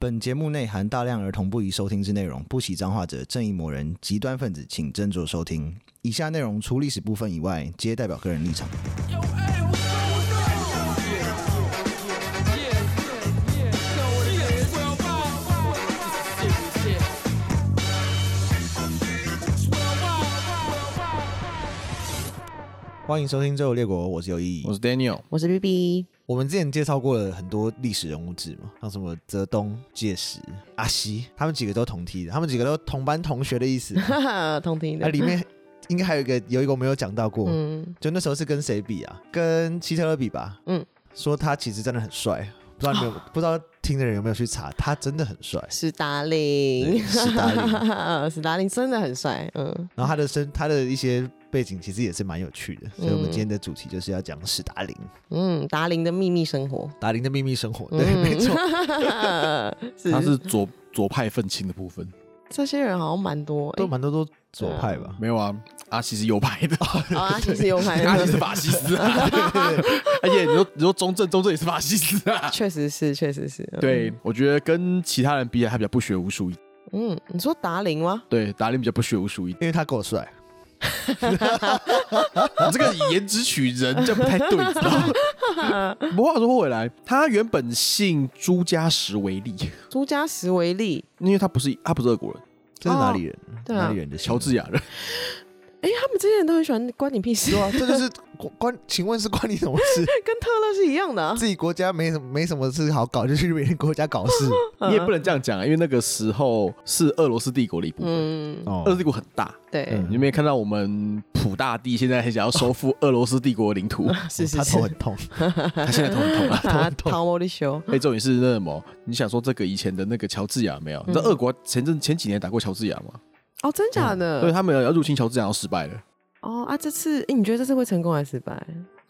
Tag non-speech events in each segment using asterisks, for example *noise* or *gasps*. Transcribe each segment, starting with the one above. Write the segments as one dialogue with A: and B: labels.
A: 本节目内含大量儿童不宜收听之内容，不喜脏话者、正义魔人、极端分子，请斟酌收听。以下内容除历史部分以外，皆代表个人立场。欢迎收听《周游列国》，我是有意义，
B: 我是 Daniel，
C: 我是 B B， *laughs*
A: 我们之前介绍过了很多历史人物志嘛，像什么泽东、介石、阿西，他们几个都同梯的，他们几个都同班同学的意 *laughs* 思。
C: 哈哈，同听
A: 那、
C: 的，
A: 里面应该还有一个有一个我没有讲到过，
C: 嗯，
A: 就那时候是跟谁比啊？跟希特勒比吧。
C: 嗯，
A: 说他其实真的很帅，不知道你 *gasps* 有、不知道听的人有没有去查，他真的很帅，
C: 史达
A: 对
C: 林， *laughs*
A: 史达林
C: 史达林真的很帅，嗯，
A: 然后他的身他的一些背景其实也是蛮有趣的，所以我们今天的主题就是要讲史达林，
C: 嗯，达林的秘密生活，
A: 达林的秘密生活。对，
C: 嗯
A: 没错。
C: *laughs* 是
B: 他是左左派愤青的部分，
C: 这些人好像蛮多，
A: 都
C: 哎
A: 蛮多都左派吧，
C: 嗯
B: 没有啊，阿西是右派的，
C: 哦，哎阿奇是右派
B: *laughs* 阿西
C: 的，
B: 是法西斯啊， *laughs* 而且你说你说中正，中正也是法西斯啊，
C: 确实是，确实是，嗯，
B: 对，我觉得跟其他人比起来，他比较不学无术一，
C: 嗯，你说达林吗？
B: 对，达林比较不学无术一，
C: *laughs*
A: 因为他够帅。
B: 你这个以颜值取人，这不太对，你知道吗？
C: *laughs*
B: 不过话说回来，他原本姓朱家石为利，
C: 朱家石为例，
B: 因为他不是他不是俄国人，
A: 这是哪里人？
C: 对啊
A: 哪里人的姓
B: 乔治亚人，
C: 哎，他们这些人都很喜欢关你屁事
A: 对，啊，这就是关关，请问是关你什么事？
C: *laughs*
A: *laughs*
C: 跟特勒是一样的啊，
A: 自己国家没什么没什么事好搞，就去别人国家搞
C: *laughs*
A: 事。
C: 嗯
B: 你也不能这样讲啊，因为那个时候是俄罗斯帝国的一部分，
C: 嗯，
A: 哦
B: 俄罗斯帝国很大，
C: 对
A: 嗯，
B: 你有没有看到我们普大帝现在很想要收复俄罗斯帝国的领土？
C: 是是
A: 他
C: 是
A: 头，很
C: *laughs*
A: 痛，
B: 他现在头很痛啊。 *laughs*
C: 他逃魔的修，
B: 哎，重点是那什么？你想说这个以前的那个乔治亚有没有？你知道俄国前阵前几年打过乔治亚吗？
C: 哦，真假
B: 所以
C: 的，
B: 他们要入侵乔治亚，然后失败了，
C: 哦啊，这次，哎，你觉得这次会成功还是失败？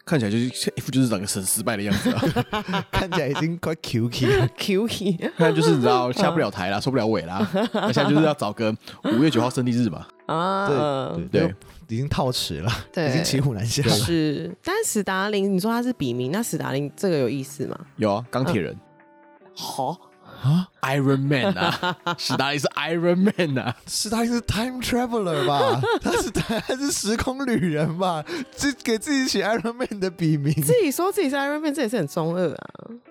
B: 看起来就是一副就是整个很失败的样子啊！ *laughs*
A: 看起来已经快 Q K 了。
C: Q E
B: 看来就是你知道下不了台啦，收不了尾啦，那现在就是要找个五月九号胜利日嘛。
C: 啊，
B: 对
A: 就已经套齿了，
C: 对
A: 已经骑虎难下了。
C: 是，但史达林，你说他是笔名，那史达林这个有意思吗？
B: 有啊，钢铁人
C: 好，
B: 啊，Iron Man 啊，史达利是 Iron Man 啊，
A: 斯大林是 time traveler
C: *laughs*
A: 吧？他是他是时空旅人吧？自给自己起 Iron Man 的笔名，
C: *laughs* 自己说自己是 Iron Man，这也是很中二啊，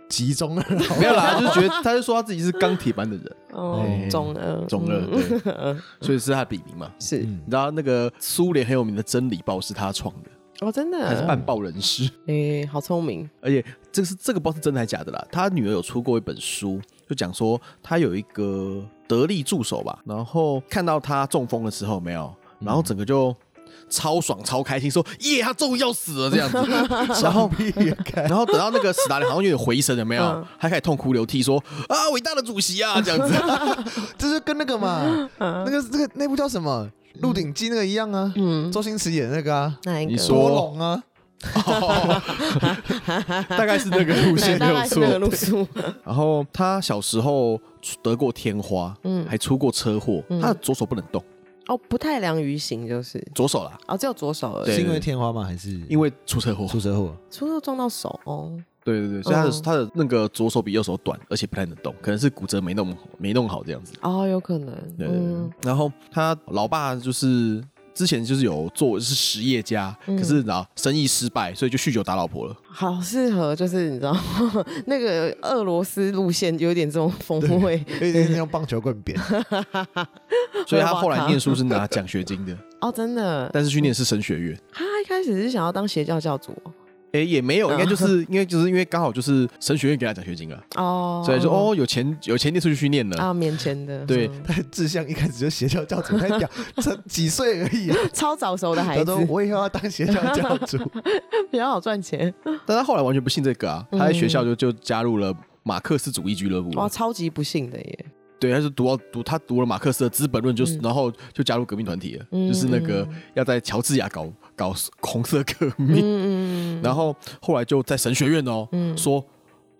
A: 集中
C: *laughs*
A: 了。
B: 没有啦，他就是觉得他就说他自己是钢铁般的人，
C: 哦
A: 哎，
C: 中二，
B: 中二，对， *laughs* 所以是他的笔名嘛。
C: 是
A: 嗯
B: 你知道那个苏联很有名的真理报是他创的，
C: 哦，真
B: 他是
C: 的，
B: 办报人士，
C: 哎，好聪明，
B: 而且这个是这个报是真的还假的啦？他女儿有出过一本书，就讲说他有一个得力助手吧，然后看到他中风的时候有没有，然后整个就超爽超开心，说耶他终于要死了这 *laughs* 样子，然后。
A: 屁眼看
B: 然后等到那个史达林好像有点回神，有没有
C: 嗯？
B: 他开始痛哭流涕说：“啊，伟大的主席啊，这样子。 *laughs*
A: 这就跟那个嘛，那个那个那部叫什么《鹿鼎记》那个一样啊，
C: 嗯，
A: 周星驰演的那个啊，
C: 那一个
B: 你说
C: *laughs*
A: 多龙啊，
B: 哦” *laughs* 大概是那个路
C: 对
B: 线，没
C: 大
B: 有
C: 概是
B: 错。
C: 那个路数，
B: *laughs* 然后他小时候出得过天花，嗯，还出过车祸，
C: 嗯
B: 他的左手不能动，
C: 哦，不太良于行就是，
B: 左手啦，
C: 哦，只有左手而
B: 对
C: 已，
A: 是因为天花吗？还是
B: 因为出车祸。
A: 车祸？
C: 出手撞到手哦，
B: 对对对，所以他的、
C: 哦
B: 他的那个左手比右手短，而且不太能动，可能是骨折没弄好没弄好这样子。
C: 哦，有可能，
B: 对对对。
C: 嗯，
B: 然后他老爸就是之前就是有做是实业家，
C: 嗯
B: 可是然后生意失败，所以就酗酒打老婆了。
C: 好适合，就是你知道 *laughs* 那个俄罗斯路线有点这种风味
A: 有点像棒球棍
C: *laughs*
A: 扁。
B: 所以他后来念书是拿奖学金的，
C: 哦，真的。
B: 但是去念是神学院。
C: 他一开始是想要当邪教教主哦
B: 诶，也没有，应该就是因为就是因为刚好就是神学院给他奖学金啊，
C: 哦，
B: 所以说哦有钱有钱念书就去念了。
C: 啊，免钱的，
B: 对
C: 嗯
A: 他的志向一开始就邪教教主，他屌，这几岁而已啊。
C: *laughs* 超早熟的孩
A: 他
C: 子
A: 说我以后要当邪教教主，
C: *laughs* 比较好赚钱，
A: 嗯
B: 但他后来完全不信这个啊，他在学
C: 嗯
B: 校就就加入了马克思主义俱乐部了。
C: 哇，超级不幸的耶，
B: 对，他是读到读他读了马克思的《资本论》，就是、然后就加入革命团体了，就
C: 嗯
B: 是那个要在乔治亚搞搞红色革命，
C: 嗯嗯，
B: *laughs*
C: 嗯
B: 然后后来就在神学院哦，说。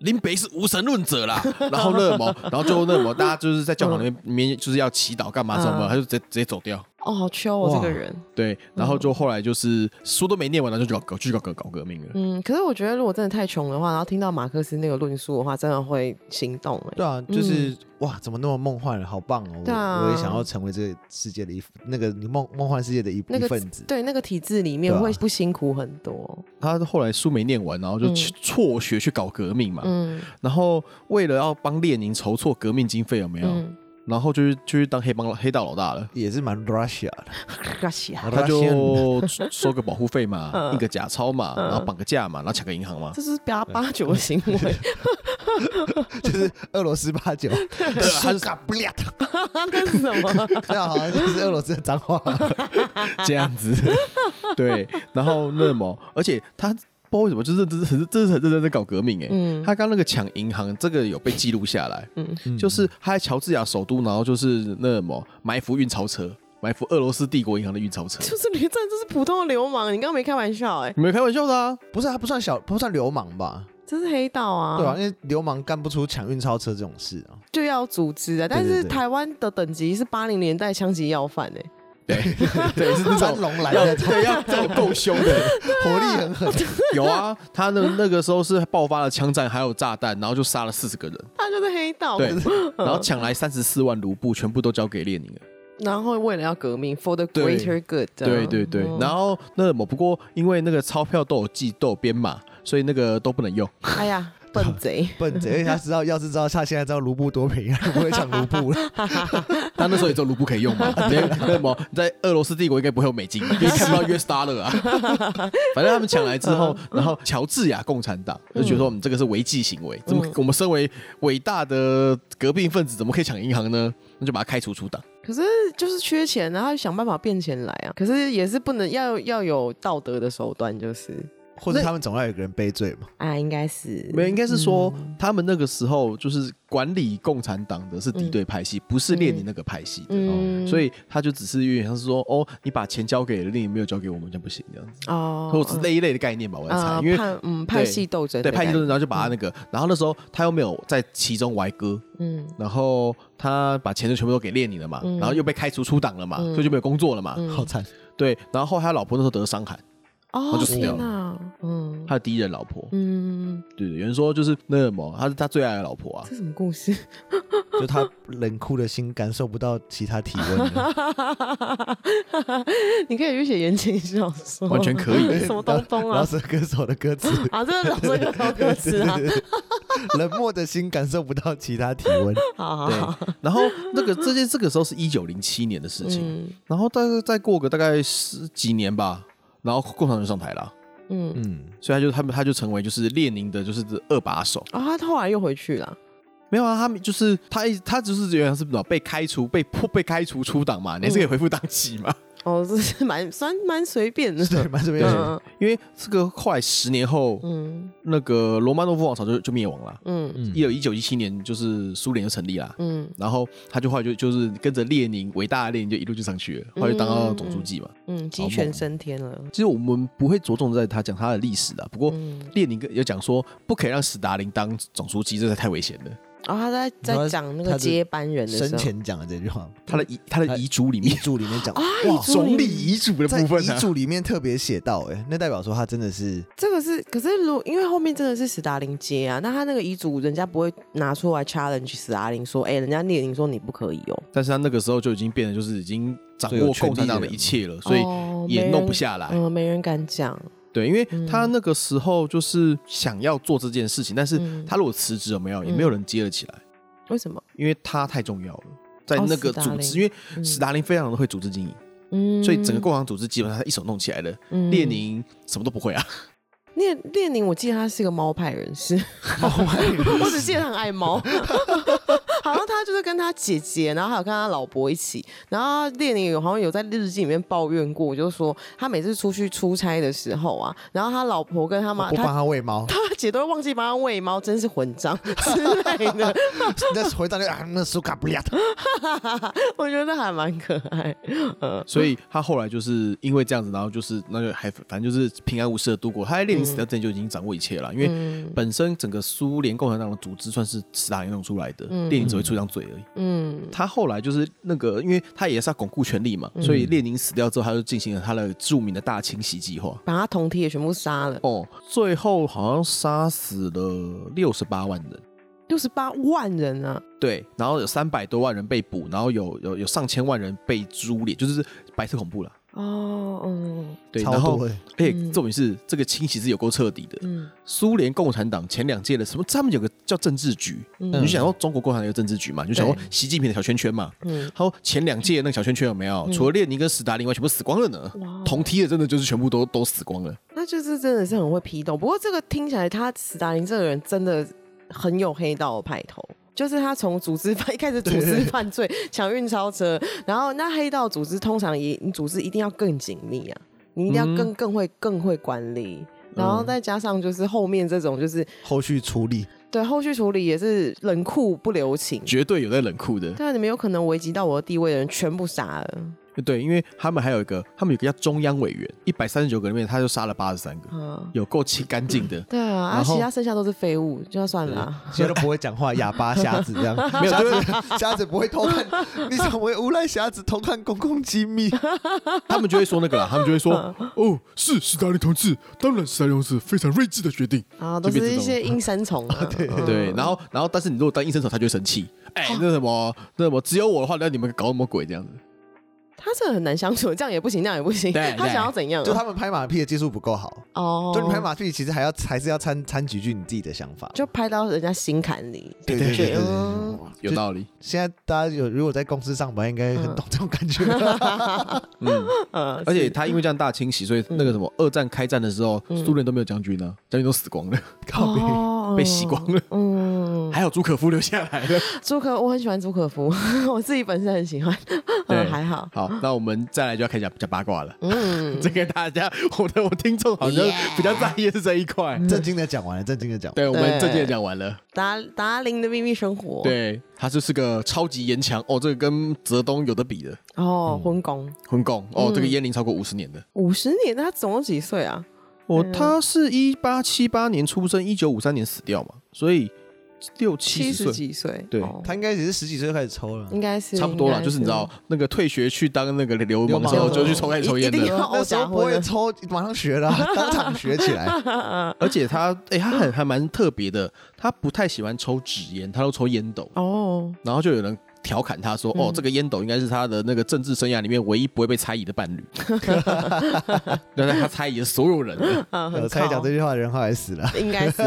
B: 林北是无神论者啦，然后那什么，然后就那什么，大家就是在教堂里面，里面就是要祈祷干嘛什么，
C: 嗯
B: 他就直接直接走掉，
C: 哦，好秋哦，
B: 哇
C: 这个人。
B: 对，然后
C: 嗯
B: 就后来就是书都没念完，然后就搞搞去搞搞搞革命了。
C: 嗯，可是我觉得如果真的太穷的话，然后听到马克思那个论述的话，真的会心动哎、
A: 对啊，就是、哇，怎么那么梦幻，好棒哦！
C: 对啊
A: 我我也想要成为这个世界的一那个梦梦幻世界的一、
C: 那个
A: 一份子。
C: 对，那个体制里面
A: 对啊
C: 会不辛苦很多。
B: 他后来书没念完，然后就
C: 嗯
B: 去辍学去搞革命嘛。
C: 嗯
B: 然后为了要帮列宁筹措革命经费，有没有？
C: 嗯，
B: 然后就是就是当黑帮黑道老大了。
A: 也是蛮 Russia 啊的，
C: 感谢。
B: 他
A: Russian
B: 就收个保护费嘛，
C: *laughs* 嗯
B: 一个假钞嘛，
C: 嗯
B: 然后绑个架嘛，然后抢个银行嘛。
C: *laughs* 这是八
A: 啊
C: 八九的行 *laughs* 为， *laughs*
A: 就是俄罗斯八九，
B: 他是
A: 嘎不亮，
C: 那是什么？
A: *laughs* 对啊，好像就是俄罗斯的脏话。
B: 这样子， *laughs* 对。然后那么，而且他不知道为什么，就是真的很真的很认真在搞革命哎、
C: 嗯
B: 他刚那个抢银行，这个有被记录下来，
A: 嗯
B: 就是他在乔治亚首都，然后就是那么埋伏运钞车，埋伏俄罗斯帝国银行的运钞车。
C: *laughs* 就是驴战，这是普通的流氓。你刚刚没开玩笑哎、
B: 你没开玩笑
A: *laughs*
B: 的啊！
A: 不是他不算小，不算流氓吧？
C: 这是黑道啊，
A: 对吧、因为流氓干不出抢运钞车这种事啊。
C: 就要组织啊。但
A: 对
C: 是
A: 对
C: 台湾的等级是八零年代枪击要犯哎、
B: 对对，是那
A: 三
B: 种
A: 龙来
B: 要
A: 的
B: 对要这种够凶的，
A: *laughs* 火力很狠，
B: *laughs* 有啊，他那那个时候是爆发了枪战，还有炸弹，然后就杀了四十个人，
C: 他就是黑道。
B: 对
C: 可是，
B: 然后抢来三十四万卢布，全部都交给列宁了。
C: 然后为了要革命，for the
B: 对
C: greater good 这样。哦嗯
B: 对对对，然后那么不过因为那个钞票都有记都有编码，所以那个都不能用。
C: *laughs* 哎
B: *laughs*
C: 呀，笨贼，
A: 笨贼！因为他知道，要是知道他现在知道卢布多便宜，他不会抢卢布
C: *laughs*
A: 了。
B: 他那时候也只有卢布可以用嘛，没那么在俄罗斯帝国应该不会有美
C: *laughs*
B: 金，因为看不到 US dollar 啊。反正他们抢来之
C: 嗯
B: 后，然后乔治亚共产党就觉得说我们这个是违纪行
C: 嗯
B: 为，怎么我们身为伟大的革命分子，怎么可以抢银行呢？那就把他开除出党。
C: 可是就是缺钱，然后想办法变钱来啊。可是也是不能要要有道德的手段，就是
A: 或者他们总要有个人背罪嘛。
C: 啊，应该是
B: 没有，应该是说、他们那个时候就是管理共产党的是敌对派系，不是列宁那个派系的。
C: 嗯
B: 哦所以他就只是有点像是说，哦，你把钱交给了列宁，没有交给我们，就不行这样子，
C: 哦，
B: 或者是类一类的概念吧，我在猜，
C: 啊
B: 因为
C: 派嗯派系斗争
B: 对
C: 的
B: 派系
C: 感
B: 斗
C: 觉
B: 争，然后就把他那个，然后那时候他又没有在其中歪歌，
C: 嗯
B: 然后他把钱就全部都给列宁了嘛，然后又被开除出党了嘛，
C: 嗯
B: 所以就没有工作了嘛，
A: 好惨，
B: 对，然后后来他老婆那时候得了伤寒，
C: 哦
B: 后就死掉
C: 天
B: 了
C: 哪，嗯
B: 他的第一任老婆，
C: 嗯，
B: 对，有人说就是那什么，他是他最爱的老婆啊，
C: *laughs* 这什么故事？
A: 就他冷酷的心感受不到其他体温
C: *laughs*
A: 了，
C: 你可以去写言情小说，
B: 完全可以，
C: 什么东东
A: 老
C: 啊
A: 舍歌手的歌词，
C: 啊，这是老这个老歌词啊，
A: 冷漠的心感受不到其他体温。
C: 好 *laughs* 好好，
B: 对，然后那个这件这个时候是一九零七年的事情，
C: 嗯
B: 然后大概再过个大概十几年吧，然后共产党就上台了，啊
C: 嗯，
A: 嗯，
B: 所以他就他们他就成为就是列宁的就是二把手。
C: 啊，他后来又回去了，
B: 没有啊，他们就是他一他就是原来是被开除被迫被开除出党
C: 嗯
B: 嘛，你还是可以恢复党籍嘛。
C: 哦，这是蛮算蛮随便的，
A: 对，蛮这边有
C: 嗯
B: 因为这个后来十年后，
C: 嗯
B: 那个罗曼诺夫王朝就就灭亡了。
C: 嗯
B: 一九一九一七年就是苏联就成立啦，啊
C: 嗯
B: 然后他就后来就就是跟着列宁伟大的列宁就一路就上去了，后来就当到总书记嘛。
C: 嗯，鸡犬升天了，
B: 其实我们不会着重在他讲他的历史的，不过
C: 嗯，
B: 列宁有讲说不可以让史达林当总书记，这太危险了。
C: 然后他在
A: 他
C: 在讲那
A: 他
C: 个
A: 是
C: 接班人的
A: 生
C: 时候，
A: 前讲的这句话，
B: 他的遗他的遗嘱里
A: 遗
B: 面，
A: 嘱里面讲，
C: 啊
A: 哇
C: 嗯遗，嘱
B: 总理遗嘱的
A: 在
B: 部分
A: 遗
B: 啊，
A: 嘱里面特别写到，哎，那代表说他真的是
C: 这个是，可是如因为后面真的是史达林接啊，那他那个遗嘱人家不会拿出来 challenge 史达林说，哎、人家列宁说你不可以哦，
B: 但是他那个时候就已经变得就是已经掌
A: 最有
B: 握
A: 权力
B: 共产党
A: 的
B: 的
A: 人
B: 一切了，所以
C: 哦
B: 也弄不，
C: 没人
B: 下来。
C: 嗯、没人敢讲，
B: 对，因为他那个时候就是想要做这件事情，但是
C: 嗯
B: 他如果辞职有没有，也没有人接了起来，
C: 为什么？
B: 因为他太重要了。在
C: 哦
B: 那个
C: 斯大
B: 组
C: 林
B: 织，因为史达林非常的会组织经营，
C: 嗯
B: 所以整个共产党组织基本上他一手弄起来的。
C: 嗯
B: 列宁什么都不会啊，
C: 列列宁，我记得他是一个猫派人
B: *laughs*
C: 士，我只记得他很爱猫。 *laughs* 好像他就是跟他姐姐，然后还有跟他老婆一起，然后列宁有好像有在日记里面抱怨过，就是说他每次出去出差的时候啊，然后他老婆跟他妈，
A: 不帮
C: 他
A: 他喂
C: *laughs*
A: 猫，
C: 他姐都会忘记帮他喂猫，真是混账 *laughs* 之类
D: *laughs*
C: 的，
A: 那回到那啊，那苏卡布利亚，
C: 我觉得还蛮可爱。嗯
B: 所以他后来就是因为这样子，然后就是那就还反正就是平安无事的度过。他在列宁死掉之前就已经掌握一切
C: 嗯
B: 了，因为本身整个苏联共产党的组织算是斯大林弄出来的，列宁只会出一张嘴而已。
C: 嗯，
B: 他后来就是那个，因为他也是要巩固权力嘛，所以列宁死掉之后，他就进行了他的著名的大清洗计划。
C: 把他同体也全部杀了，
B: 哦，最后好像杀死了六十八万人，
C: 六十八万人啊！
B: 对，然后有三百多万人被捕，然后有有有上千万人被株连，就是白色恐怖了。
C: 哦，嗯
B: 对，
D: 超
B: 然后
D: 多欸的。
B: 而且
C: 嗯
B: 重点是这个清洗是有够彻底的。
C: 嗯
B: 苏联共产党前两届的什么，他们有个叫政治局，
C: 嗯
B: 你就想说中国共产党有政治局嘛，你就想说习近平的小圈圈嘛。
C: 嗯，
B: 他说前两届那个小圈圈有没有？除了列宁跟斯大林以外，全部死光了呢。
C: 哇，
B: 同梯的真的就是全部都都死光了。
C: 那就是真的是很会批斗。不过这个听起来，他斯大林这个人真的很有黑道的派头。就是他从组织犯一开始组织犯罪，抢运钞车，然后那黑道组织通常也你组织一定要更紧密啊，你一定要更更会更会管理，然后再加上就是后面这种就是
D: 后续处理
C: 对后续处理也是冷酷不留情，
B: 绝对有在冷酷的。
C: 对啊，你们有可能危及到我的地位的人全部杀了，
B: 对，因为他们还有一个，他们有一个叫中央委员，一百三十九个里面他就杀了八十三个，
C: 嗯，
B: 有够清干净的。
C: 对啊，啊
B: 然后
C: 其他剩下都是废物，就要算了啊、
D: 谁都不会讲话，哑巴瞎子这样，没有瞎子， *laughs* 瞎子不会偷看，你怎么会诬赖瞎子偷看公共机密？
B: 他们就会说那个啦，他们就会
C: *laughs*
B: 说，
C: 嗯
B: 哦，是斯大林同志，当然斯大林同志非常睿智的决定。
C: 啊，都
B: 就变
C: 是一
B: 自动 *laughs*
C: 些阴三重啊，对
B: 对，然后然后但是你如果当医生手，他就会生气，哎、
C: 哦
B: 那什么那什么，只有我的话，那你们搞什么鬼这样子？
C: 他这很难相处，这样也不行，那样也不行，
B: 对
C: 他
B: 对
C: 想要怎样啊？
D: 就他们拍马屁的技术不够好，
C: 哦，
D: 就你拍马屁其实还要还是要掺掺几句你自己的想法。
C: 就拍到人家心坎
B: *laughs*
C: 里，
D: 对对对对对
C: 嗯
B: 有道
C: *laughs*
B: 理，
D: 现在大家有如果在公司上班，应该很懂这种
C: *laughs*
D: 感觉。
B: 嗯，
C: 呃，
B: 而且
C: 是
B: 他因为这样大清洗，所以那个什么二战开战的时候，苏联都没有将军呢、啊将军都死光了，
D: 靠背
C: 嗯哦
B: 被洗光了，
C: 嗯，
B: 还有朱可夫留下来
C: *laughs*
B: 的。
C: 朱可，我很喜欢朱可夫， *laughs* 我自己本身很喜欢， *laughs*
B: 对
C: 嗯，还好，
B: 好，那我们再来就要开始讲讲八卦了。
C: 嗯，
B: *laughs* 这个大家，我的我听众好像
C: Yeah 嗯
B: 比较在意的是这一块。
D: 正经的讲完了，正经的讲完了。
B: 对，我们
C: 对
B: 这届讲完了。
C: 达达林的秘密生活，，
B: 对，他就是个超级严强哦，这个跟泽东有得比的嗯
C: 哦，婚工
B: 婚共
C: 嗯
B: 哦，这个烟龄超过五十年的。
C: 五十年，那他总共几岁啊？
B: 哦，他是一八七八年出生，一九五三年死掉嘛，所以六七十
C: 七十
B: 岁。
C: 几岁，
B: 对
C: 哦
D: 他应该也是十几岁就开始抽了。
C: 应该是
B: 差不多
C: 应
B: 了，
C: 该
B: 就是你知道那个退学去当那个流
D: 流
B: 氓
D: 氓
B: 之后，
D: 的
B: 就去抽开始抽烟
C: 一定
B: 的
C: *laughs* 要。
D: 那时候不会抽，马上学
C: *laughs*
D: 了，当场学起来。
B: 而且他，哎，他很还蛮特别的，他不太喜欢抽纸烟，他都抽烟斗。
C: *laughs* 哦，
B: 然后就有人调侃他
C: 嗯
B: 说：“哦，这个烟斗应该是他的那个政治生涯里面唯一不会被猜疑的
C: *laughs*
B: 伴侣。”原来他猜疑了所有人了，
C: 嗯，很
D: 有猜讲
C: 靠
D: 这句话的人后来死了。
C: 应
B: *laughs*
C: 该是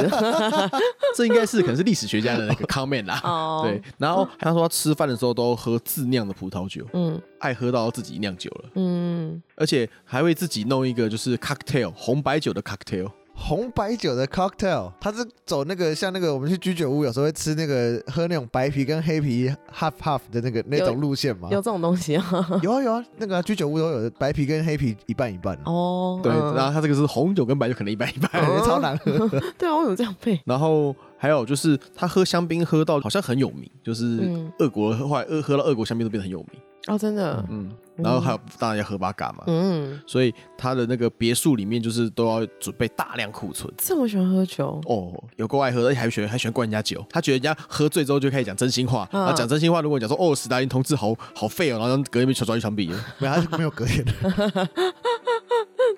B: 这应该是可能是历史学家的那个 comment 啦。
C: *laughs* 哦，
B: 对，，然后他说他吃饭的时候都喝自酿的葡萄酒，
C: 嗯
B: 爱喝到自己酿酒了，
C: 嗯，
B: 而且还会自己弄一个就是 cocktail 红白酒的 cocktail。
D: 红白酒的 cocktail，它是走那个像那个我们去居酒屋有时候会吃那个喝那种白啤跟黑啤 half half 的那个那种路线吗
C: 有？这种东西 *laughs* 啊，
D: 有啊有啊，那个啊居酒屋都有白啤跟黑啤一半一半，
C: 哦，
B: 对，
C: 嗯
B: 然后他这个是红酒跟白酒可能一半一半。
D: 感觉超难喝。
C: 对啊，为什么这样配？
B: 然后还有就是他喝香槟喝到好像很有名，就是
C: 嗯
B: 俄国后来俄喝到俄国香槟都变得很有名。
C: 哦，真的，
B: 嗯，然后还有当然要喝八嘎嘛，
C: 嗯，
B: 所以他的那个别墅里面就是都要准备大量库存。
C: 这么喜欢喝酒，
B: 哦，有够爱喝，而且还喜欢还喜欢灌人家酒。他觉得人家喝醉之后就开始讲真心话，
C: 嗯
B: 然后讲真心话，如果你讲说哦，斯大林同志好好废哦，然后隔天被抓抓去枪毙了。
D: 没有，它是没有
C: *laughs*
D: 隔天的。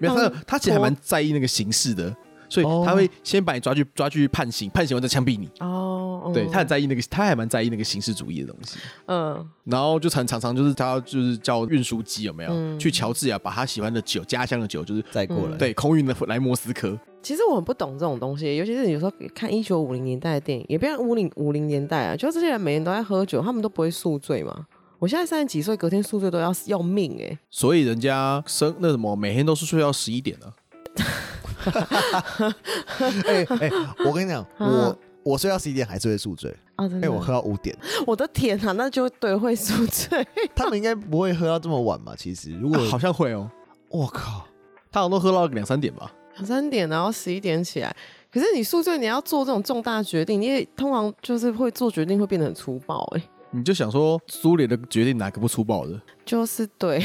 B: 没
D: 哦
B: 有，他他其实还蛮在意那个形式的，所以他会先把你抓去抓去判刑，判刑完再枪毙你。
C: 哦，嗯
B: 对他很，在意那个，他还蛮在意那个形式主义的东西。
C: 嗯，
B: 然后就常常常就是他就是叫运输机有没有、
D: 嗯
B: 去乔治亚把他喜欢的酒家乡的酒就是
D: 再过来，，
B: 对，空运的来莫斯科，
C: 其实我很不懂这种东西，尤其是有时候看一九五零年代的电影，也不要五零五零年代啊，就这些人每年都在喝酒，他们都不会宿醉嘛。我现在三十几岁，隔天宿醉都要要命哎、
B: 所以人家生那什么每天都是睡到十一点啊。
D: 哎哎，我跟你讲，
C: 嗯
D: 我我睡到十一点还是会宿醉，
C: 啊，真
D: 因
C: 的，
D: 为哎我喝到五点。
C: 我的天啊，那就对会宿醉， *laughs*
D: 他们应该不会喝到这么晚吧？其实，如果
B: 啊好像会哦，
D: 我靠，
B: 他好像都喝到两三点吧。
C: 两三点，然后十一点起来。可是你宿醉，你要做这种重大决定，你也通常就是会做决定会变得很粗暴哎、
B: 你就想说苏联的决定哪个不粗暴
D: *laughs*
B: 的？
C: 就是对，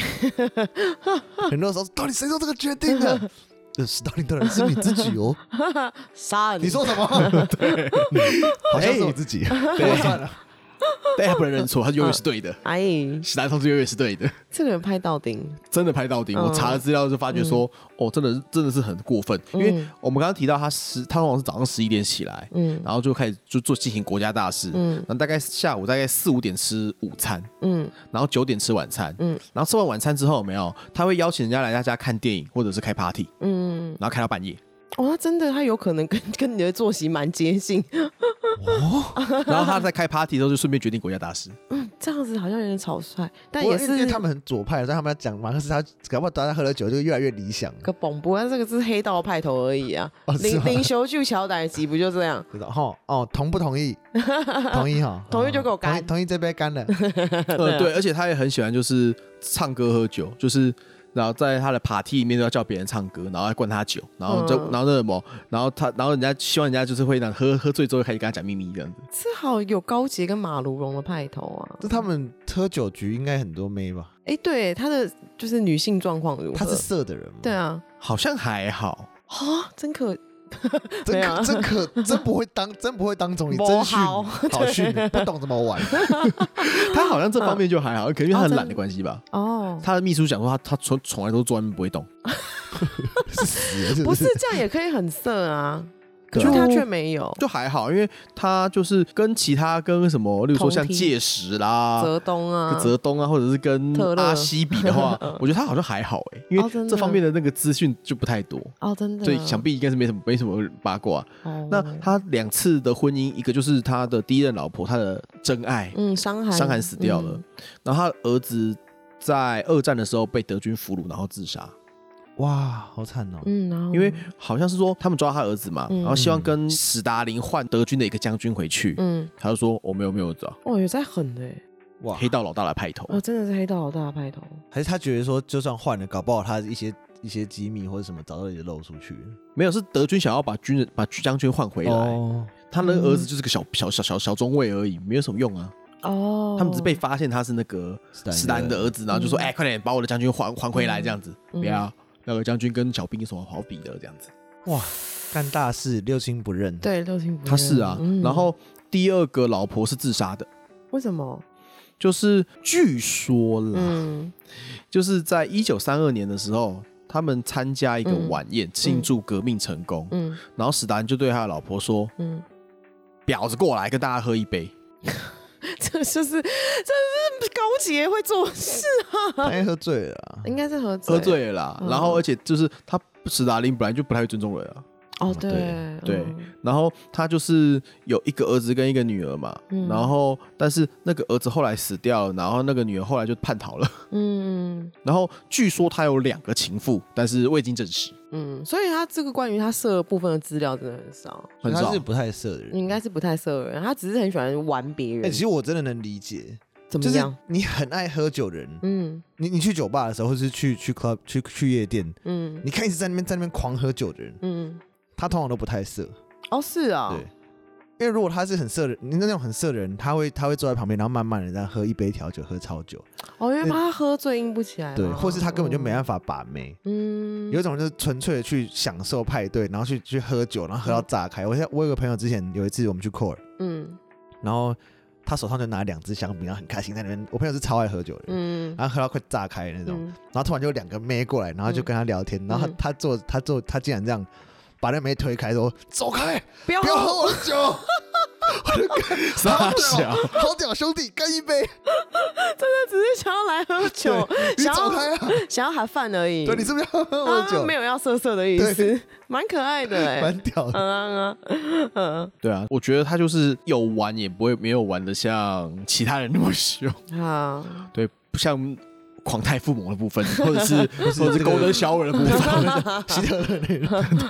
D: 很多时候到底谁做这个决
C: *laughs*
D: 定的？呃，斯大林当然是你自己哦。
C: 杀了哎
D: *laughs* 你说什么？对，好像是我自己。我算了，嗯
B: 但他不能认错，他永远是对
D: *laughs*
B: 的。
C: 哎，
B: 史达通是永远是对的，
C: 这个人拍到顶，
B: 真的拍到底。
C: 嗯
B: 我查了资料就发觉说，哦，真的真的是很过分，因为
C: 嗯
B: 我们刚刚提到他十，他往往是早上十一点起来，
C: 嗯
B: 然后就开始就做进行国家大事，
C: 嗯
B: 然后大概下午大概四五点吃午餐，
C: 嗯
B: 然后九点吃晚餐，
C: 嗯
B: 然后吃完晚餐之后有没有，他会邀请人家来他家看电影或者是开 party，
C: 嗯，
B: 然后开到半夜，
C: 哦，他真的，他有可能跟 *laughs* 跟你的作息蛮接近，
B: 然后他在开 party 的时候就顺便决定国家大事，
C: 这样子好像有点草率，但
D: 不过
C: 也
D: 因为因
C: 是
D: 为他们很左派，所以他们要讲马克思他，搞不好大家喝了酒就越来越
C: *laughs*
D: 理想。
C: 个广播，但这个是黑道派头而已啊
D: 哦，是
C: 领
D: 吗
C: 领袖就乔歹吉不就这样？
D: 知道哈哦，同不
C: *laughs*
D: 同意？同意哈，啊
C: 同意就给我
D: 同意
C: 干
D: 同意这杯干了。
C: 啊
B: 呃，对，而且他也很喜欢就是唱歌喝酒，就是然后在他的 party 里面都要叫别人唱歌，然后要灌他酒，然后就、
C: 嗯
B: 然后那什么，然后他然后人家希望人家就是会让喝喝醉之后开始跟他讲秘密这样子，
C: 这好有高杰跟马如龙的派头啊！
D: 就他们喝酒局应该很多妹吧？
C: 哎，对他的就是女性状况如何？
D: 他是色的人吗？
C: 对，啊，
B: 好像还好，
C: 啊，真可
D: 真
C: 没有啊
D: 可真可真不会当真不会
C: *laughs*
D: 当总理，
C: 不
D: 真训
C: 好
D: 好训，不懂怎么玩。
B: 他好像这方面就还好，
C: 嗯
B: 可能因为他很懒的关系吧。
C: 哦，
B: 他的秘书讲说他他从从来都坐外面不会动，
D: *laughs* 是死了是
C: 不
D: 是
C: 是？这样也可以很色啊，可
B: 对
C: 是
B: 啊
C: 他却没有。
B: 就还好，因为他就是跟其他跟什么，例如说像
C: 同梯
B: 介石啦、
C: 泽东啊，
B: 泽东啊，或者是跟
C: 特勒
B: 阿西比的话
C: *laughs* 嗯，
B: 我觉得他好像还好哎、因为
C: 哦真的
B: 这方面的那个资讯就不太多，
C: 哦，真的，
B: 所以想必应该是没什么没什么八卦。
C: 哦
B: 那他两次的婚姻，一个就是他的第一任老婆，他的真爱，
C: 嗯，伤寒
B: 伤寒死掉了，然后他儿子在二战的时候被德军俘虏，然后自杀。
D: 哇，好惨哦！
C: 嗯，嗯然后
B: 因为好像是说他们抓他儿子嘛，
C: 嗯
B: 然后希望跟史达林换德军的一个将军回去，
C: 嗯，
B: 他就说我没有没有找
C: 哦，有在狠的欸，
D: 哇，
B: 黑道老大来派头，
C: 哦，真的是黑道老大的派头，
D: 还是他觉得说，就算换了，搞不好他一些一些机密或者什么，早就已经露出去了。
B: 没有是德军想要把军人把将军换回来，
D: 哦，
B: 他那个
C: 嗯
B: 儿子就是个小小小小小中尉而已，没有什么用啊，
C: 哦，
B: 他们只是被发现他是那个史达林的儿子，然后就说
C: 嗯
B: 哎、快点把我的将军还还回来这样子，
C: 嗯
B: 不要。那个将军跟小兵有什么好比的？这样子，
D: 哇，干大事六亲不认。
C: 对六亲不认
B: 他是啊。
C: 嗯
B: 然后第二个老婆是自杀的，
C: 为什么？
B: 就是据说啦，
C: 嗯
B: 就是在一九三二年的时候，他们参加一个晚宴，庆祝革命成功。
C: 嗯
B: 然后史达林就对他的老婆说
C: 嗯，：“ *laughs*
B: 婊子过来，跟大家喝一杯。
C: 这就是这是高杰会做的事，
D: 他应该喝醉了啊。
C: 应该是喝醉
B: 喝醉了啦。
C: 嗯
B: 然后而且就是他史达林本来就不太会尊重人啊。
C: 哦，
D: 对
C: 对
B: 对
C: 嗯
B: 然后他就是有一个儿子跟一个女儿嘛。
C: 嗯
B: 然后但是那个儿子后来死掉了，然后那个女儿后来就叛逃了。
C: 嗯
B: 然后据说他有两个情妇，但是未经证实，
C: 嗯，所以他这个关于他色的部分的资料真的很少，
B: 很
D: 他
B: 少
D: 是。不太色的人。
C: 你应该是不太色的人，他只是很喜欢玩别人，
D: 哎、其实我真的能理解，
C: 怎么
D: 就是
C: 样？
D: 你很爱喝酒的人，
C: 嗯
D: 你你去酒吧的时候，或是去去 club 去去夜店，
C: 嗯
D: 你看一直在那边在那边狂喝酒的人，
C: 嗯，
D: 他通常都不太色。
C: 哦是啊，
D: 对，因为如果他是很色的，你那种很色的人，他会他会坐在旁边，然后慢慢的这样喝一杯调酒，喝超久，
C: 哦，因为怕他喝醉硬不起来嘛，
D: 对，或是他根本就没
C: 法，
D: 办法把妹。
C: 嗯，
D: 有一种就是纯粹的去享受派对，然后去去喝酒，然后喝到炸开。我现在我有个朋友之前有一次我们去 core，
C: 嗯
D: 然后他手上就拿两支香槟，然后很开心在那边。我朋友是超爱喝酒的人，
C: 嗯
D: 然后喝到快炸开那种。
C: 嗯
D: 然后突然就有两个妹过来，然后就跟他聊天，然后他
C: 嗯
D: 他做他做他竟然这样把那妹推开说：“走开，
C: 不要
D: 不要
C: 喝
D: 喝我的酒。”
C: *laughs*
D: 我就干，
B: 傻 *laughs*
D: 好
C: 啊
D: 屌
B: 小，
D: 好屌，兄弟，干一杯！
C: 只是想要来喝酒，
D: 你
C: 想
D: 走
C: 要
D: 开啊！
C: 想要喊饭而已。
D: 对，你是不是要喝我的
C: 啊
D: 酒？
C: 没有要色色的意思
D: 对，
C: 蛮可爱的哎、
D: *laughs* 蛮屌
C: 嗯
D: 的。
C: 啊嗯啊嗯
B: 对啊，我觉得他就是有玩也不会没有玩的像其他人那么凶，
C: 啊，
B: 对，不像狂太附魔的部分，或者是或者是
D: 这个
B: 勾灯小尾的部分， *laughs*
D: 希特勒那种，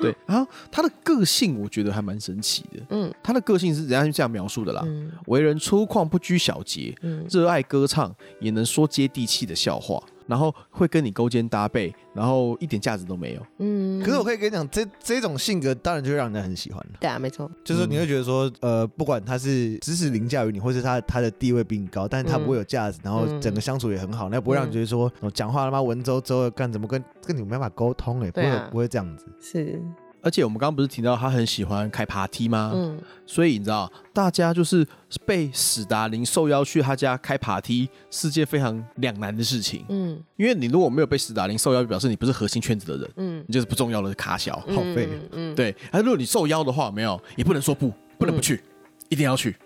B: 对。然后他的个性我觉得还蛮神奇的，
C: 嗯
B: 他的个性是人家是这样描述的啦，
C: 嗯
B: 为人粗犷不拘小节，
C: 嗯
B: 热爱歌唱，也能说接地气的笑话，然后会跟你勾肩搭背，然后一点架子都没有。
C: 嗯，
D: 可是我可以跟你讲，这这种性格当然就会让人很喜欢了。
C: 对啊，没错，
D: 就是你会觉得说，呃，不管他是知识凌驾于你，或是他他的地位比你高，但是他
C: 嗯
D: 不会有架子，然后整个相处也很好，那不会让你觉得说，哦讲话他妈文绉绉的，干怎么跟跟你没办法沟通哎，不
C: 对啊
D: 会不会这样子。
C: 是
B: 而且我们刚刚不是提到他很喜欢开 party
D: 啊
B: 吗？
C: 嗯，
B: 所以你知道，大家就是被史达林受邀去他家开 party，是件非常两难的事情。
C: 嗯
B: 因为你如果没有被史达林受邀，就表示你不是核心圈子的人，
C: 嗯，
B: 你就是不重要的卡小。
D: 好废
C: 嗯嗯
B: 对，啊而如果你受邀的话，没有也不能说不，不能不去，一定要去。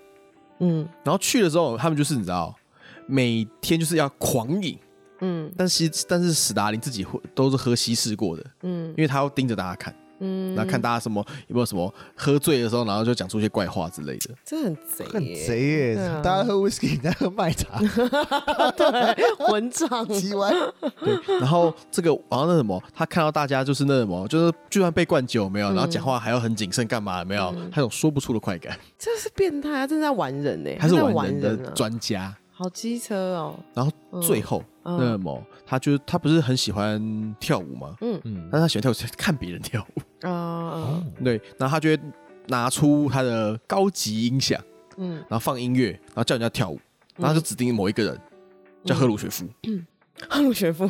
C: 嗯
B: 然后去了之后，他们就是你知道，每天就是要狂饮，
C: 嗯
B: 但是但是史达林自己会都是喝稀释过的，
C: 嗯
B: 因为他要盯着大家看，
C: 嗯，
B: 然后看大家什么有没有什么喝醉的时候，然后就讲出一些怪话之类
C: *laughs*
B: 的。
C: 这很贼耶，
D: 很贼耶！
C: 对啊
D: 大家喝 whisky，你在喝麦
C: *laughs*
D: 茶， *laughs*
C: 对，混账，
D: 鸡
C: *laughs*
D: 歪。
B: 对，然后这个然后那什么，他看到大家就是那什么，就是就算被灌酒有没
C: 嗯
B: 有，然后讲话还要很谨慎，干嘛有没有？他有说不出的快感，
C: 这是变态，他真的在玩人呢，
B: 他是
C: 在
B: 玩
C: 玩
B: 人的
C: 啊，
B: 专家。
C: 好机车哦，
B: 然后最后、
C: 嗯
B: 那么他就他不是很喜欢跳舞吗？
C: 嗯
B: 嗯，但是他喜欢跳舞是看别人跳舞，
D: 哦
C: 啊，
B: 对，然后他就会拿出他的高级音响，
C: 嗯，
B: 然后放音乐，然后叫人家跳舞，然后就指定某一个
C: 嗯
B: 人。叫赫鲁雪
C: *laughs*
B: 夫，
C: 陆学夫，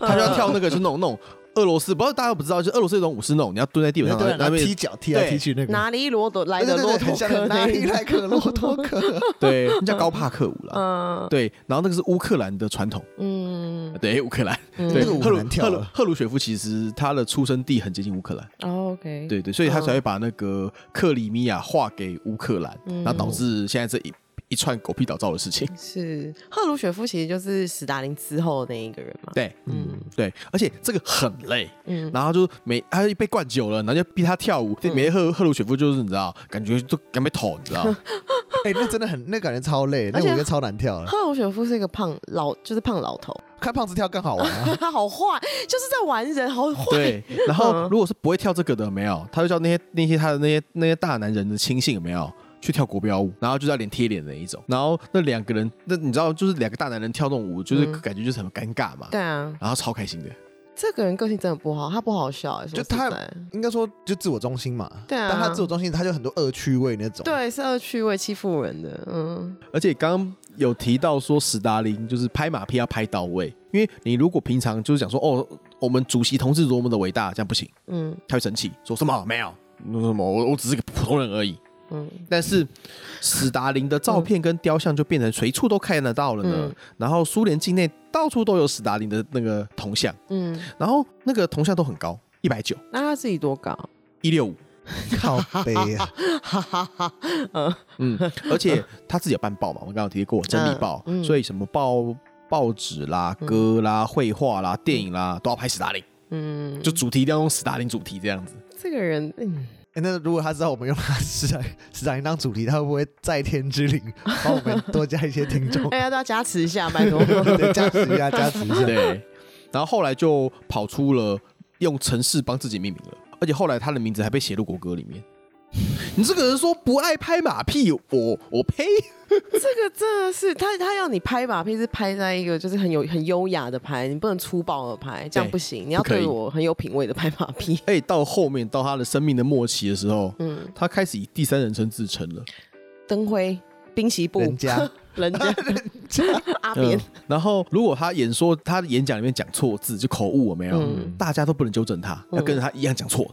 B: 他就要跳那个，就是那种那种俄罗斯，不知道大家不知道，就是俄罗斯有一种舞是那种你要蹲在地板上，
D: 对，
B: 然后
D: 然
B: 那
D: 后
B: 边
D: 踢脚踢来
B: 对
D: 踢去那个，
C: 哪里骆驼来
D: 对
C: 的
D: 对对
C: 骆
D: 很
C: 驼
D: 像
C: 科
D: 哪
C: 那
D: 里
C: 一
D: 来克骆驼克？
B: 对，那叫高帕克舞啦。
C: *laughs* 嗯
B: 对，然后那个是乌克兰的传统，
C: 嗯
B: 对，乌克兰，
C: 嗯
B: 对
D: 那个，舞
B: 赫鲁
D: 很难跳
B: 赫鲁
D: 啊
B: 赫鲁雪夫其实他的出生地很接近乌克兰。
C: 哦，OK，
B: 对对，所以他才会把那个克里米亚划给乌克兰，
C: 嗯
B: 然后导致现在这一一串狗屁倒灶的事情。
C: 是赫鲁雪夫其实就是史达林之后的那一个人嘛，
B: 对
C: 嗯
B: 对，而且这个很累，
C: 嗯
B: 然后就每他就被灌酒了，然后就逼他跳舞，这每天赫赫鲁雪夫就是你知道，感觉都感觉被捅，你知道，
C: *laughs*
D: 哎，那真的很，那感觉超累，那
C: 而且
D: 舞应该超难跳了。
C: 赫鲁雪夫是一个胖老，就是胖老头， *laughs*
D: 看胖子跳更好玩啊！ *laughs*
C: 他好坏，就是在玩人，好坏。
B: 对。然后
C: 嗯
B: 如果是不会跳这个的，没有，他就叫那些那些他的那些那些大男人的亲信有没有。去跳国标舞，然后就在脸贴脸的那一种，然后那两个人，那你知道，就是两个大男人跳那种舞，就是
C: 嗯
B: 感觉就是很尴尬嘛，
C: 对啊，
B: 然后超开心的，
C: 这个人个性真的不好，他不好笑、欸，说
D: 就
C: 实
D: 他
C: 在
D: 应该说就自我中心嘛，
C: 对啊
D: 但他自我中心，他就很多恶趣味那种。，
C: 对啊是恶趣味，欺负人的，嗯
B: 而且刚刚有提到说，史达林就是拍马屁要拍到位，因为你如果平常就是讲说，哦，我们主席同志多么的伟大，这样不行，
C: 嗯
B: 他会生气，说什么没有，说什么我我只是个普通人而已。
C: 嗯
B: 但是史达林的照片跟雕像就变成随处都看得到了呢，
C: 嗯
B: 然后苏联境内到处都有史达林的那个铜像，
C: 嗯，
B: 然后那个铜像都很高，一百九、
C: 那他自己多高？
B: 一六五，
C: *laughs*
D: 靠背啊，
C: 哈哈哈，
B: 嗯，而且他自己有办报嘛，我刚刚有提过整理报，
C: 嗯嗯
B: 所以什么报报纸啦、歌啦、绘画啦、电影啦，都要拍斯大林，
C: 嗯，
B: 就主题一定要用斯大林主题这样子。
C: 这个人，嗯，
D: 欸那如果他知道我们用他市长市长当主题，他会不会在天之灵帮我们多加一些听
C: *laughs*
D: 众？
C: 大家哎都要加持一下，拜托。
D: 对，加持一下，加持一下。
B: 对，然后后来就跑出了用城市帮自己命名了，而且后来他的名字还被写入国歌里面。你这个人说不爱拍马屁，我我呸！
C: 这个真的是他，他要你拍马屁是拍在一个就是很有很优雅的拍，你不能粗暴的拍，这样
B: 对
C: 不行。你要
B: 不可以
C: 对我很有品味的拍马 *laughs* 屁。
B: 哎、到后面到他的生命的末期的时候，
C: 嗯，
B: 他开始以第三人称自称了。
C: 灯辉、滨崎步、
D: 人家
C: 人家、 *laughs* 阿扁 *laughs*
B: 嗯，然后如果他演说他的演讲里面讲错字就口误了没有，
C: 嗯
B: 大家都不能纠正他，要跟着他一样讲错的。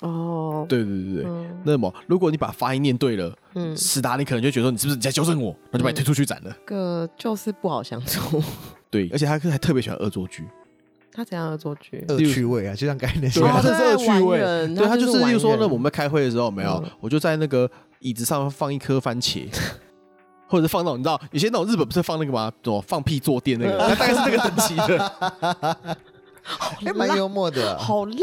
C: 哦，
B: 对对对对。
C: 嗯
B: 那么，如果你把发音念对了，
C: 嗯，
B: 史达林可能就会觉得说你是不是你在纠正我，那就把你推出去斩了。
C: 这个就是不好相 *laughs* 处。
B: 对，而且他还特别喜欢恶作剧，
C: 他怎样的做剧？
D: 恶趣味啊，就像刚才那些
B: 对，他
C: 哦
B: 真的是恶趣味
C: 他在玩。人
B: 对
C: 他
B: 他
C: 就是
B: 就是，例如说
C: 玩
B: 呢，
C: 人
B: 我们在开会的时候有没有
C: 嗯，
B: 我就在那个椅子上放一颗番茄。或者是放那种你知道，有些那种日本不是放那个吗？什么放屁坐垫那个，他大概是那个等级的。
D: 哎，蛮幽默的啊。
C: 好烂。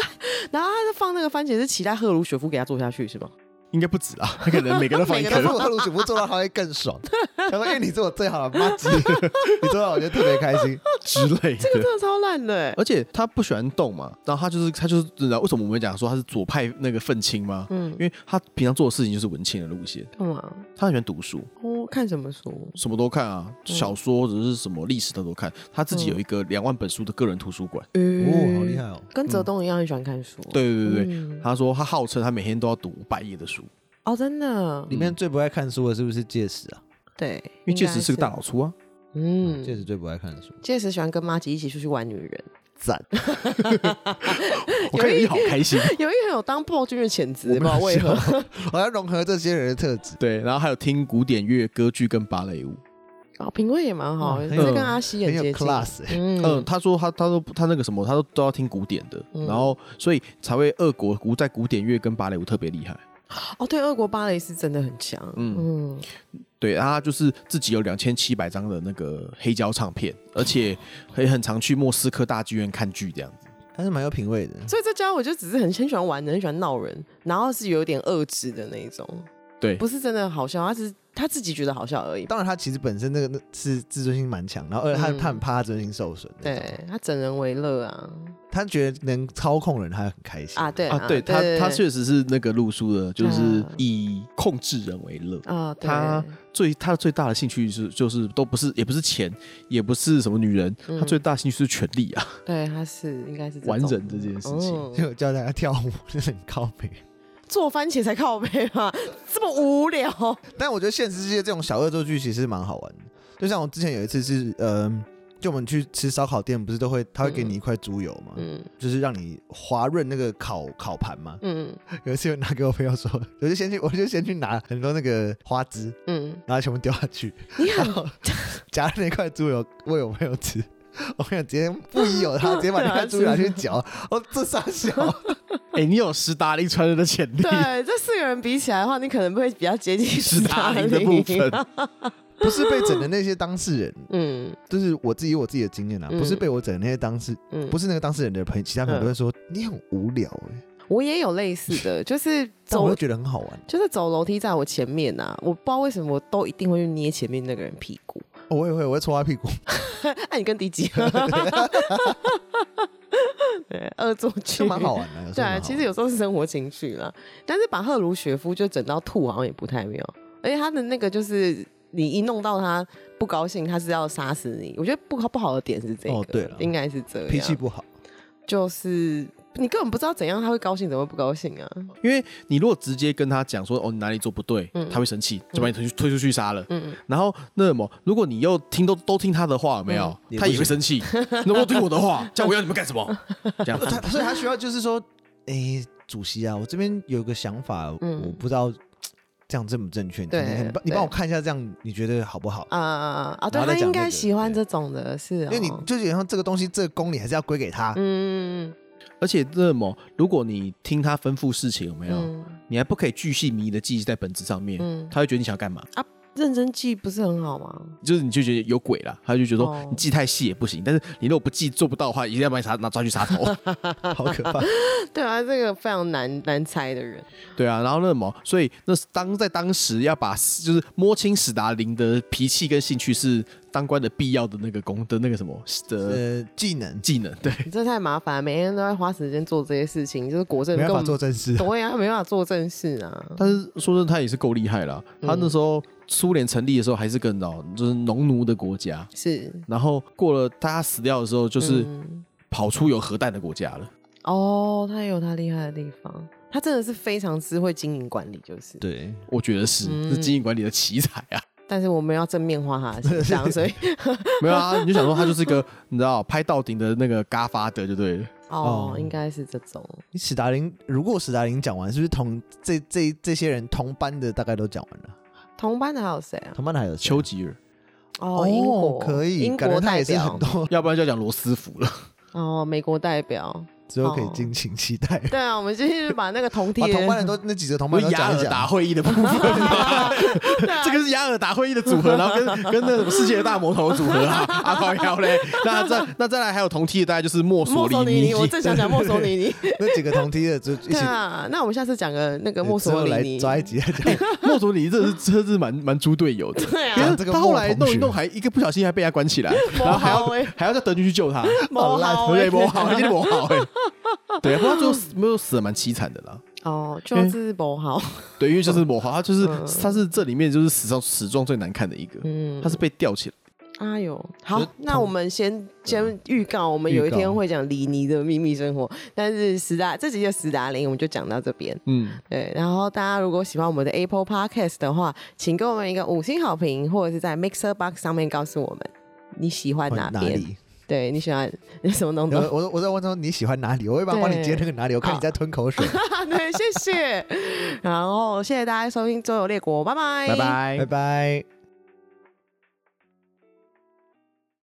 C: 然后他放那个番茄是期待赫鲁雪夫给他做下去是 *laughs* 吧？
B: 应该不止啊，他可能每个人都放一
D: 但
B: 颗
D: 是。我和卢主播做到，他会更爽。他说：“哎，你做我最好的，妈鸡， *laughs* 你做到我就特别开心。
B: 之类的。
C: 这个真的超烂的欸。
B: 而且他不喜欢动嘛，然后他就是他就是你知道为什么我们讲说他是左派那个愤青吗？
C: 嗯
B: 因，为他平常做的事情就是文青的路线，
C: 干嘛？
B: 他很喜欢读书，
C: 我看什么书？
B: 什么都看啊，小说或者是什么历史他都看，他自己有一个两万本书的个人图书馆。”
D: *laughs* 哦，
C: 哦
D: 好厉害！哦！
C: 跟泽东一样很喜欢看书。
B: 对对对对，
C: 嗯
B: 他说他号称他每天都要读五百页的书，
C: 哦，真的，
D: 里面最不爱看书的是不是介石啊？
C: 对，
B: 因为
C: 应该
B: 确实是个大，佬出啊。
C: 嗯，
D: 介石最不爱看书。
C: 介石喜欢跟妈吉一起出去玩女人，
D: *laughs* 赞，
B: 我看你好开
C: *laughs*
B: 心。
C: 有一个很有当暴君的潜质，不知道为何。
B: 啊
D: 我要融合这些人的特质。
B: 对，然后还有听古典乐、歌剧跟芭蕾舞。
C: 啊，品味也蛮好，
D: 嗯
C: 这
D: 很
B: 有
C: 跟阿西
D: 很
C: 很
D: 有
C: 接近。
D: class 欸
C: 嗯
B: 嗯，他说他他都他那个什么，他都都要听古典的，
C: 嗯
B: 然后所以才会俄国古在古典乐跟芭蕾舞特别厉害。
C: 哦，对，俄国芭蕾是真的很强。嗯
B: 对，啊他就是自己有两千七百张的那个黑胶唱片，而
C: *laughs*
B: 且也很常去莫斯科大剧院看剧这样子。
D: 还是蛮有品味的。
C: 所以这家我就只是很很喜欢玩的，很喜欢闹人，然后是有点遏制的那一种，
B: 对，
C: 不是真的好笑，他只是他自己觉得好笑而已。
D: 当然，他其实本身那个那是自尊心蛮强，然后而且他、
C: 嗯
D: 他很怕他自尊心受损，，
C: 对他整人为乐啊
D: 他觉得能操控人，他很开心。
C: 啊，对嗯
B: 啊，对他他确实是那个路书的，就是以控制人为乐。
C: 啊，对
B: 他最他最大的兴趣是就是都不是也不是钱，也不是什么女人，
C: 嗯
B: 他最大兴趣是权力啊， *laughs*
C: 对他是应该是这种
B: 玩人这件事情。
D: 所以
C: 嗯
D: 我教大家跳舞，真的很靠背。
C: 做番茄才靠背嘛， *laughs* 这么无聊。
D: 但我觉得现实世界这种小恶作剧其实蛮好玩的。就像我之前有一次是，呃，就我们去吃烧烤店，不是都会他会给你一块猪油嘛，
C: 嗯
D: 就是让你滑润那个烤烤盘嘛。
C: 嗯
D: *laughs* 有一次我拿给我朋友说，我就先去我 *laughs* 就先去拿很多那个花枝，
C: 嗯，
D: 然后全部丢下去，
C: 你很
D: 夹了那块猪油喂我朋友吃。 *laughs* 我朋友直接不疑
C: *laughs*
D: 有他，直接把那块猪油拿去嚼。哦，这傻小，
B: 哎、你有斯达林传人的潜力，
C: 对啊这四个人比起来的话，你可能会比较接近
B: 斯
D: *laughs*
B: 大林
C: 林啊
B: 的部分。
D: 不是被整的那些当事人，
C: 嗯
D: 就是我自己有我自己的经验啊，
C: 嗯
D: 不是被我整的那些当事，
C: 嗯，
D: 不是那个当事人的朋友，其他朋友都会说你很无聊哎、
C: 我也有类似
D: *laughs*
C: 的，就是
D: 但
C: 走
D: 我会觉得很好玩。
C: 就是走楼梯在我前面啊，我不知道为什么我都一定会去捏前面那个人屁股。
D: 哦我也会，我会戳他屁股。
C: 哎、你跟迪吉，
D: *laughs*
C: 对，恶作剧
D: 就蛮好。玩的，有时
C: 对
D: 候
C: 啊，
D: 蛮好玩
C: 其实有时候是生活情趣啦， *laughs* 但是把赫鲁雪夫就整到吐，好像也不太妙。而且他的那个就是你一弄到他不高兴，他是要杀死你。我觉得不好不好的点是这个，
D: 哦对了
C: 应该是这样，
D: 脾气不好， *laughs*
C: 就是你根本不知道怎样他会高兴，怎么会不高兴啊？
B: *laughs* 因为你如果直接跟他讲说哦你哪里做不对，
C: 嗯
B: 他会生气，就把你推出推出去杀了。
C: 嗯，
B: 然后那什么，如果你又听都都听他的话，有没有？
D: 嗯
B: 他也
D: 也
B: 会
D: 不行
B: 生气。那我听我的
C: *laughs*
B: 话，这样我要你们干什么？这样
D: 他所以他需要就是说，诶，主席啊，我这边有个想法，
C: 嗯
D: 我不知道嘖这样正不正确，你
C: 对
D: 看看你帮你
C: 对
D: 帮我看一下，这样你觉得好不好？
C: 啊啊啊！对
D: 然后再
C: 他
D: 讲
C: 应
D: 那
C: 该
D: 个
C: 喜欢
D: 对
C: 这种的，是、哦，
D: 因为你就是然后这个东西，这个功你还是要归
C: *laughs*
D: 给他。
C: 嗯，
B: *laughs* 而且那什么，如果你听他吩咐事情，有没有？
C: 嗯
B: 你还不可以巨细靡遗的记在本子上面，
C: 嗯
B: 他会觉得你想要干嘛？
C: 认真记不是很好吗？ *laughs*
B: 就是你就觉得有鬼了，他就觉得说
C: 哦
B: 你记太细也不行，但是你如果不记做不到的话，一定要把你杀拿抓去杀
C: *laughs*
B: 头。
D: 好可怕！
C: 对啊，这个非常难难猜的人，
B: 对啊，然后那什么，所以那是当在当时要把就是摸清史达林的脾气跟兴趣是当官的必要的那个功的那个什么的
D: 呃，技能
B: 技能，对，
C: 你这太麻烦，每天都在花时间做这些事情，就是国政
D: 没
C: 根
D: 办法
C: 本
D: 做正事，
C: 对啊，没办法做正事啊。
B: 但是说真的，他也是够厉害了。
C: 嗯
B: 他那时候苏联成立的时候还是个老就是农奴的国家，
C: 是，
B: 然后过了他死掉的时候，就是
C: 嗯
B: 跑出有核弹的国家了。
C: 哦，他也有他厉害的地方，他真的是非常知会经营管理，就是。
D: 对，
B: 我觉得是
C: 嗯
B: 是经营管理的奇才啊。
C: 但是我们要正面化他的形象，所以
B: 没有啊，你就想说他就是一个你知道拍到顶的那个嘎发的就对了。
C: 哦
D: 哦，
C: 应该是这种。
D: 你史达林，如果史达林讲完，是不是同这这这些人同班的大概都讲完了？
C: 同班的还有谁啊？
D: 同班的还有谁
B: 丘吉尔，
C: 哦，英国
D: 可以，
C: 英
D: 感觉
C: 国
D: 他
C: 代
D: 也是很
C: 表，
D: 多，
B: 要不然就要讲罗斯福了。
C: 哦，美国代表。
D: 之后可以
C: 哦
D: 敬请期待。
C: 对啊，我们今天就把那个同梯
D: 把
C: 的
D: 同班人都那几个同
B: 不
D: 班
B: 是
D: 人都
B: 雅
D: 讲一
B: 尔达
D: 讲，
B: 会议的部分 *laughs* 吗？
C: 对啊
B: 这个是雅尔达会议的组合，然后跟跟那什么世界的大魔头组合 *laughs* 啊，阿高腰嘞。那再那再来还有同梯的，大概就是墨索
C: 墨索
B: 里
C: 里
B: 尼
C: 尼，。我正想讲墨索里尼。
D: 那几个同梯的就一
C: 对
D: 起
C: 啊，那我们下次讲个那个墨
D: 之后
C: 索
D: 来 *laughs*
C: 里尼。
D: 抓一集来讲。
B: *laughs* 墨索里尼这是这是蛮蛮猪队
C: *laughs*
B: 友的。
C: 对
B: 因 *laughs*
C: 啊
B: 为
D: 讲这个
B: 他后来
D: 墨同
B: 弄
D: 学
B: 一弄，还一个不小心还被他关起
C: *laughs*
B: 来，然后还
C: 摸
B: 要
C: 好欸
B: 还要叫德军去救他，
C: 摸好欸
B: 对，磨好，一定磨
C: *laughs*
B: 好哎。对，不过他最后死没有死的蛮凄惨的啦。
C: 哦，就是不 *laughs* 好，
B: 对，因为就是抹花，他就是
C: 嗯
B: 他是这里面就是史上史状最难看的一个，
C: 嗯
B: 他，是被吊起来。
C: 哎呦，好
D: 就是，
C: 那我们先先啊预告，我们有一
D: 预
C: 天
D: 告
C: 会讲李尼的秘密生活，但是史达这集的史达林我们就讲到这边，
B: 嗯，
C: 对，然后大家如果喜欢我们的 Apple Podcast 的话，请给我们一个五星好评，或者是在 Mixer Box 上面告诉我们你喜欢哪
D: 哪
C: 边，
D: 里？
C: 对你喜欢 *laughs* 什么东
D: 我
C: 东？
D: 我我在问说你喜欢哪里，我会帮帮你接那个哪里，我看你在吞
C: *laughs*
D: 口水，
C: 呃对，谢谢。然后谢谢大家收听《周游列国》，拜拜，
B: 拜拜
D: 拜。拜。